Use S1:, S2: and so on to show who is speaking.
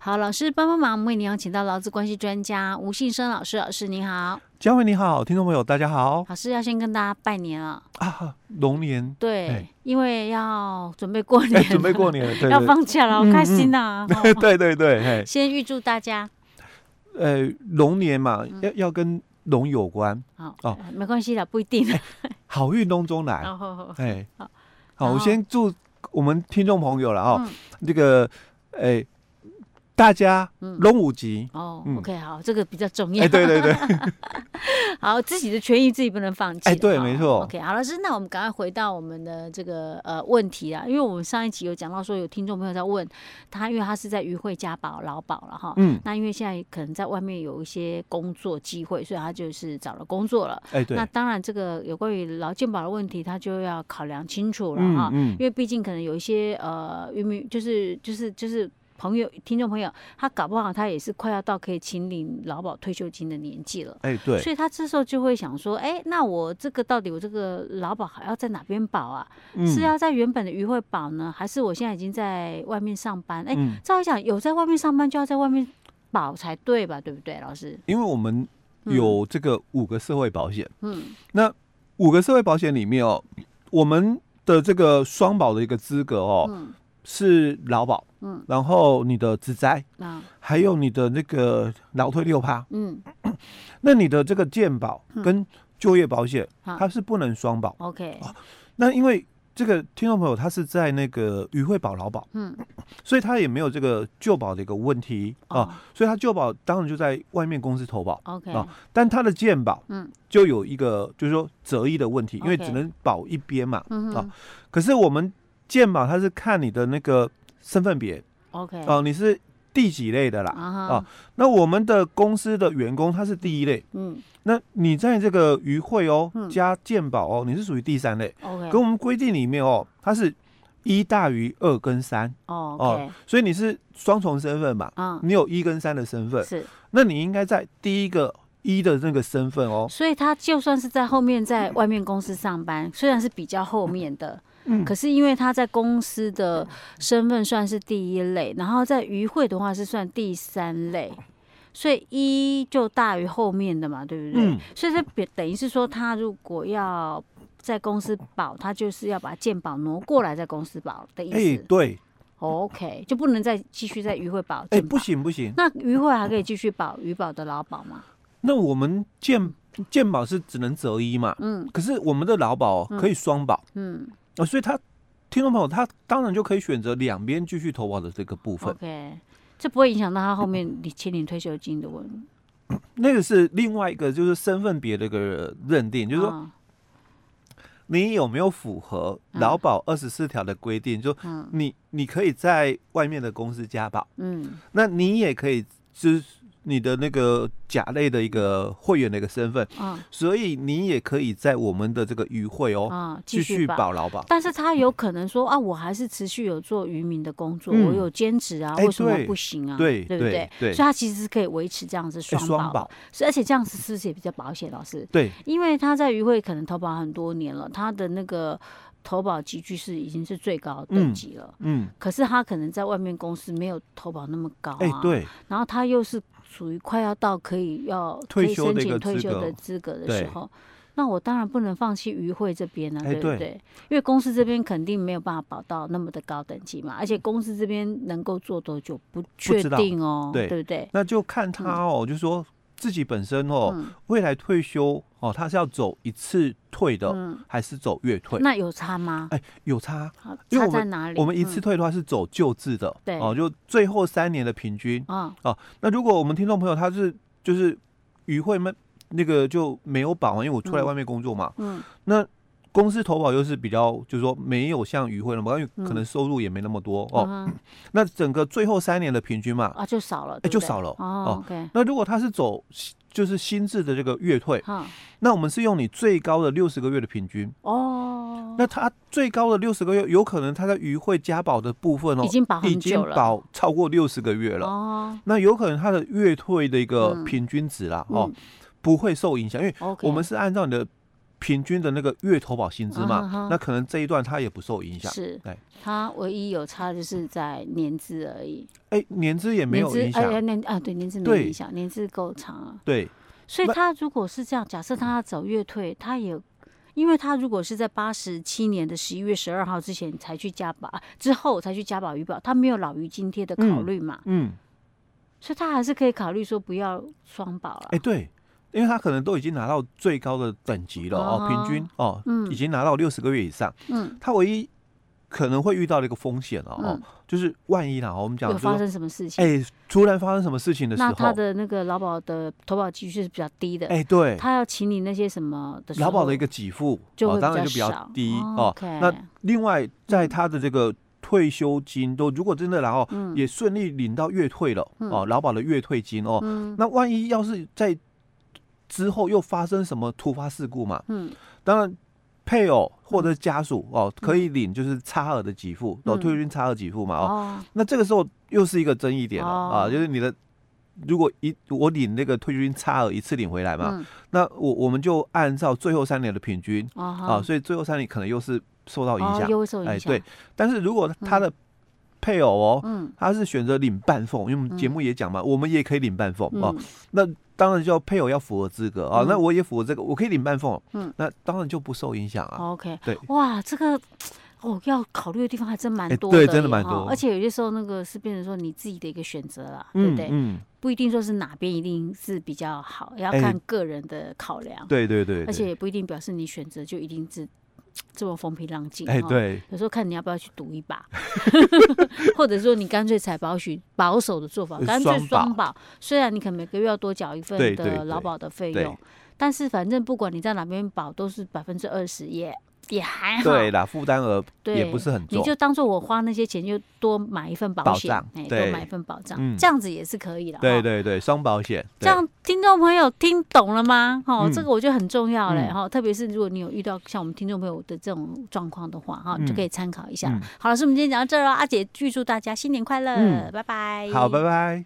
S1: 好，老师帮帮忙，我们为您邀请到劳资关系专家吴信生老师，老师您好，
S2: 嘉惠你好，听众朋友大家好
S1: 老师要先跟大家拜年了，
S2: 啊！龙年
S1: 对，
S2: 哎
S1: 因为要准备过年
S2: 哎
S1: 了，，
S2: 准 备过年了，对
S1: 要
S2: 对
S1: 放假了，好
S2: 嗯
S1: 开心 呐、好
S2: 对对对，嘿，
S1: 先预祝大家
S2: 呃，龙年嘛，
S1: 嗯
S2: 要要跟龙有关，
S1: 好，
S2: 哦哎
S1: 呃没关系啦，不一定。
S2: 好运当中来，
S1: 然后
S2: 哎
S1: 哦好，
S2: 好，
S1: 然
S2: 我
S1: 后
S2: 先祝我们听众朋友了哦
S1: 嗯，
S2: 这个，哎，大家
S1: 嗯
S2: 龙 五级，
S1: 哦
S2: 嗯
S1: ，OK，好，这个比较重要。
S2: 哎，对对对，
S1: 好，自己的权益自己不能放弃。
S2: 哎对
S1: 好
S2: 没错
S1: OK，好，老师，那我们赶快回到我们的这个呃问题啊，因为我们上一期有讲到说有听众朋友在问他，因为他是在于会家保劳保了哈。
S2: 嗯，
S1: 那因为现在可能在外面有一些工作机会，所以他就是找了工作了。
S2: 哎对
S1: 那，当然，这个有关于劳健保的问题，他就要考量清楚了哈。
S2: 嗯嗯
S1: 因，为毕竟可能有一些呃渔民，就是就是就是朋友听众朋友，他搞不好他也是快要到可以请领劳保退休金的年纪了。
S2: 哎对，
S1: 所以他这时候就会想说，哎、那我这个到底我这个劳保还要在哪边保啊？
S2: 嗯
S1: 是要在原本的渔会保呢，还是我现在已经在外面上班？哎、
S2: 嗯，
S1: 照理讲，有在外面上班就要在外面保才对吧？对不对，老师？
S2: 因为我们
S1: 嗯
S2: 有这个五个社会保险。
S1: 嗯
S2: 五个社会保险里面哦，我们的这个双保的一个资格哦，
S1: 嗯
S2: 是劳保，
S1: 嗯，
S2: 然后你的职灾，
S1: 啊
S2: 还有你的那个劳退六趴，
S1: 嗯
S2: 那你的这个健保跟就业保险，
S1: 好
S2: 它是不能双保。
S1: ，OK，
S2: 那因为这个听众朋友他是在那个与会保劳保，
S1: 嗯
S2: 所以他也没有这个旧保的一个问题啊、
S1: 哦
S2: 所以他旧保当然就在外面公司投保，
S1: ，OK，
S2: 哦但他的健保，
S1: 嗯，
S2: 就有一个就是说择一的问题，因为
S1: OK
S2: 只能保一边嘛，
S1: 嗯
S2: 哦
S1: 哼
S2: 可是我们健保它是看你的那个身份别
S1: ，OK，
S2: 哦，你是第几类的啦。
S1: 啊哈
S2: 哦，那我们的公司的员工他是第一类，
S1: 嗯
S2: 那你在这个渔会哦
S1: 嗯
S2: 加健保哦，你是属于第三类。
S1: ，OK，
S2: 跟我们规定里面哦，它是一大于二跟三，
S1: 哦，OK，
S2: 哦所以你是双重身份嘛，
S1: 嗯，
S2: 你有一跟三的身份，
S1: 是，
S2: 那你应该在第一个一的那个身份哦，
S1: 所以他就算是在后面在外面公司上班，虽然是比较后面的，
S2: 嗯
S1: 可是因为他在公司的身份算是第一类，然后在渔会的话是算第三类，所以一就大于后面的嘛，对不对？
S2: 嗯
S1: 所以这别等于是说，他如果要在公司保，他就是要把健保挪过来在公司保的意
S2: 哎、
S1: 思。
S2: 对，
S1: OK，就不能再继续在渔会保
S2: 哎、
S1: 健保。
S2: 不行不行，
S1: 那渔会还可以继续保渔保的劳保吗？
S2: 那我们健健保是只能择一嘛，
S1: 嗯
S2: 可是我们的劳保哦
S1: 嗯
S2: 可以双保，
S1: 嗯
S2: 呃，所以他听众朋友他当然就可以选择两边继续投保的这个部
S1: 哦
S2: 分，
S1: ，OK，这不会影响到他后面你请领退休金的问题，
S2: 那个是另外一个就是身份别的一个认定，就是说
S1: 啊
S2: 你有没有符合
S1: 嗯
S2: 劳保二十四条的规定，就
S1: 嗯
S2: 你你可以在外面的公司加保，
S1: 嗯
S2: 那你也可以就是你的那个甲类的一个会员的一个身份，
S1: 啊
S2: 所以你也可以在我们的这个与会哦
S1: 啊，
S2: 继续
S1: 保。
S2: 保劳保，
S1: 但是他有可能说啊，我还是持续有做渔民的工作，
S2: 嗯
S1: 我有兼职啊，
S2: 哎
S1: 为什么
S2: 对
S1: 不行啊？
S2: 对
S1: 对不
S2: 对
S1: 对？
S2: 对
S1: 所以他其实是可以维持这样子
S2: 哎
S1: 双
S2: 双
S1: 保，
S2: 保
S1: 是而且这样子是不是也比较保险？老师，
S2: 对。
S1: 因为他在渔会可能投保很多年了，他的那个投保集聚是已经是最高等
S2: 嗯
S1: 级了。
S2: 嗯，
S1: 可是他可能在外面公司没有投保那么高、啊，
S2: 哎、，对，
S1: 然后他又是属于快要到可以要
S2: 退
S1: 可以
S2: 休
S1: 申
S2: 的一
S1: 请
S2: 个
S1: 退
S2: 资
S1: 休
S2: 格
S1: 的资格的
S2: 对
S1: 时候，那我当然不能放弃渔会这边呢、
S2: 哎
S1: 对不
S2: 对
S1: 对？因为公司这边肯定没有办法保到那么的高等级嘛，而且公司这边能够做多久不确
S2: 嗯知道
S1: 定哦，
S2: 对
S1: 不对？
S2: 那就看他哦，就说自己本身哦，
S1: 嗯
S2: 未来退休哦，他是要走一次退的，
S1: 嗯，
S2: 还是走月退？
S1: 那有差吗？
S2: 哦哎，有差。
S1: 好
S2: 因为
S1: 差
S2: 我
S1: 在哪里？嗯
S2: 我们一次退的话是走旧制的，
S1: 对
S2: 哦，就最后三年的平均。
S1: 嗯啊，
S2: 那如果我们听众朋友他是就是余会们那个就没有保嘛，因为我出来
S1: 嗯
S2: 外面工作嘛，
S1: 嗯
S2: 公司投保又是比较就是说没有像余会那么，因为可能收入也没那么多哦。
S1: 嗯哼
S2: 那整个最后三年的平均嘛，
S1: 啊就少了，
S2: 哎
S1: 对不
S2: 就
S1: 对
S2: 少了
S1: 哦，OK，
S2: 那如果他是走就是新制的这个月退，
S1: 好
S2: 那我们是用你最高的六十个月的平均，
S1: 哦，
S2: 那他最高的六十个月，有可能他在渔会加保的部分哦，
S1: 已经保
S2: 已
S1: 很
S2: 经
S1: 久了，
S2: 保超过六十个月了。
S1: 哦，
S2: 那有可能他的月退的一个
S1: 嗯
S2: 平均值啦，哦，不会受影响，因为
S1: ，OK，
S2: 我们是按照你的平均的那个月投保薪资嘛，
S1: 啊哈哈
S2: 那可能这一段它也不受影响。
S1: 是
S2: 对，
S1: 它唯一有差就是在年资而已，
S2: 哎、年资也没
S1: 年
S2: 有
S1: 资
S2: 影
S1: 哎
S2: 响。
S1: 哎年啊对年资没
S2: 对
S1: 影响，年资够长啊。
S2: 对，
S1: 所以
S2: 那
S1: 他如果是这样，假设他要走月退，他也，因为他如果是在八十七年的十一月十二号之前才去加保，之后才去加保余保，他没有老余津贴的考虑嘛，
S2: 嗯，
S1: 所以他还是可以考虑说不要双保啊了。
S2: 哎、对，因为他可能都已经拿到最高的等级了哦，
S1: 啊哈
S2: 平均哦，
S1: 嗯
S2: 已经拿到六十个月以上，
S1: 嗯，
S2: 他唯一可能会遇到的一个风险哦，
S1: 嗯
S2: 就是万一啦，哦我们讲
S1: 有
S2: 就是
S1: 发
S2: 说，
S1: 生什么事情？
S2: 哎、突然发生什么事情的时
S1: 那他
S2: 候，
S1: 的那个劳保的投保积蓄是比较低的，
S2: 哎、对，
S1: 他要请你那些什么的时候，
S2: 劳保的一个给付
S1: 就
S2: 哦，
S1: 会
S2: 当然就比
S1: 较
S2: 较
S1: 少
S2: 低
S1: 哦
S2: 哦。
S1: ，OK
S2: 那另外，在他的这
S1: 嗯
S2: 个退休金都如果真的然后也顺利领到月退了
S1: 嗯
S2: 哦，劳保的月退金哦，那万一要是在之后又发生什么突发事故嘛，
S1: 嗯，
S2: 当然。配偶或者家属哦，可以领就是差额的给付哦，
S1: 嗯
S2: 退休金差额给付嘛哦。
S1: 哦，
S2: 那这个时候又是一个争议点了
S1: 哦
S2: 啊，就是你的如果一我领那个退休金差额一次领回来嘛，
S1: 嗯，
S2: 那我我们就按照最后三年的平均
S1: 哦
S2: 啊，
S1: 哈，
S2: 所以最后三年可能又是受到影
S1: 哦，
S2: 响。
S1: 又会受影
S2: 哎，
S1: 响，
S2: 对，，但是如果他的配偶哦，
S1: 嗯
S2: 他是选择领半俸，因为我们节目也讲嘛，我们也可以领半俸哦。
S1: 嗯，
S2: 那当然就要配偶要符合资格啊，
S1: 嗯
S2: 那我也符合这个，我可以领半俸，
S1: 嗯，哦
S2: 那当然就不受影响啊。
S1: OK，
S2: 对
S1: 哇，这个哦要考虑的地方还真蛮
S2: 哎
S1: 多
S2: 对
S1: 耶
S2: 真的蛮
S1: 哈
S2: 多
S1: 而且有些时候那个是变成说你自己的一个选择啦，对
S2: 嗯
S1: 不对？
S2: 嗯，
S1: 不一定说是哪边一定是比较好，要
S2: 哎
S1: 看个人的考量，
S2: 对对对，
S1: 而
S2: 对
S1: 且也不一定表示你选择就一定是这么风平浪静，哦
S2: 哎
S1: 哈。
S2: 对，
S1: 有时候看你要不要去赌一把， 或者说你干脆采保许保守的做法，
S2: 呃
S1: 干脆
S2: 双保
S1: 双保。虽然你可能每个月要多缴一份
S2: 对对
S1: 的
S2: 对
S1: 劳保的费
S2: 对
S1: 用，但是反正不管你在哪边保，都是百分之二十，也也还 好。
S2: 对啦，负担额
S1: 对，
S2: 也不是很
S1: 你
S2: 重
S1: 就，当做我花那些钱，就多买一份保
S2: 保
S1: 险
S2: 障，
S1: 哎，多
S2: 对
S1: 买一份保障，
S2: 嗯
S1: 这样子也是可以的。
S2: 对
S1: 哈。
S2: 对对，双保险，
S1: 这
S2: 对
S1: 样听众朋友听懂了吗？哦，
S2: 嗯
S1: 这个我觉得很重要嘞
S2: 嗯
S1: 哈、特别是如果你有遇到像我们听众朋友的这种状况的话哈，你就
S2: 嗯
S1: 可以参考一下。
S2: 嗯
S1: 好了，老师，我们今天讲到这儿了，阿姐预祝大家新年快乐，
S2: 嗯
S1: 拜拜。
S2: 好，拜拜。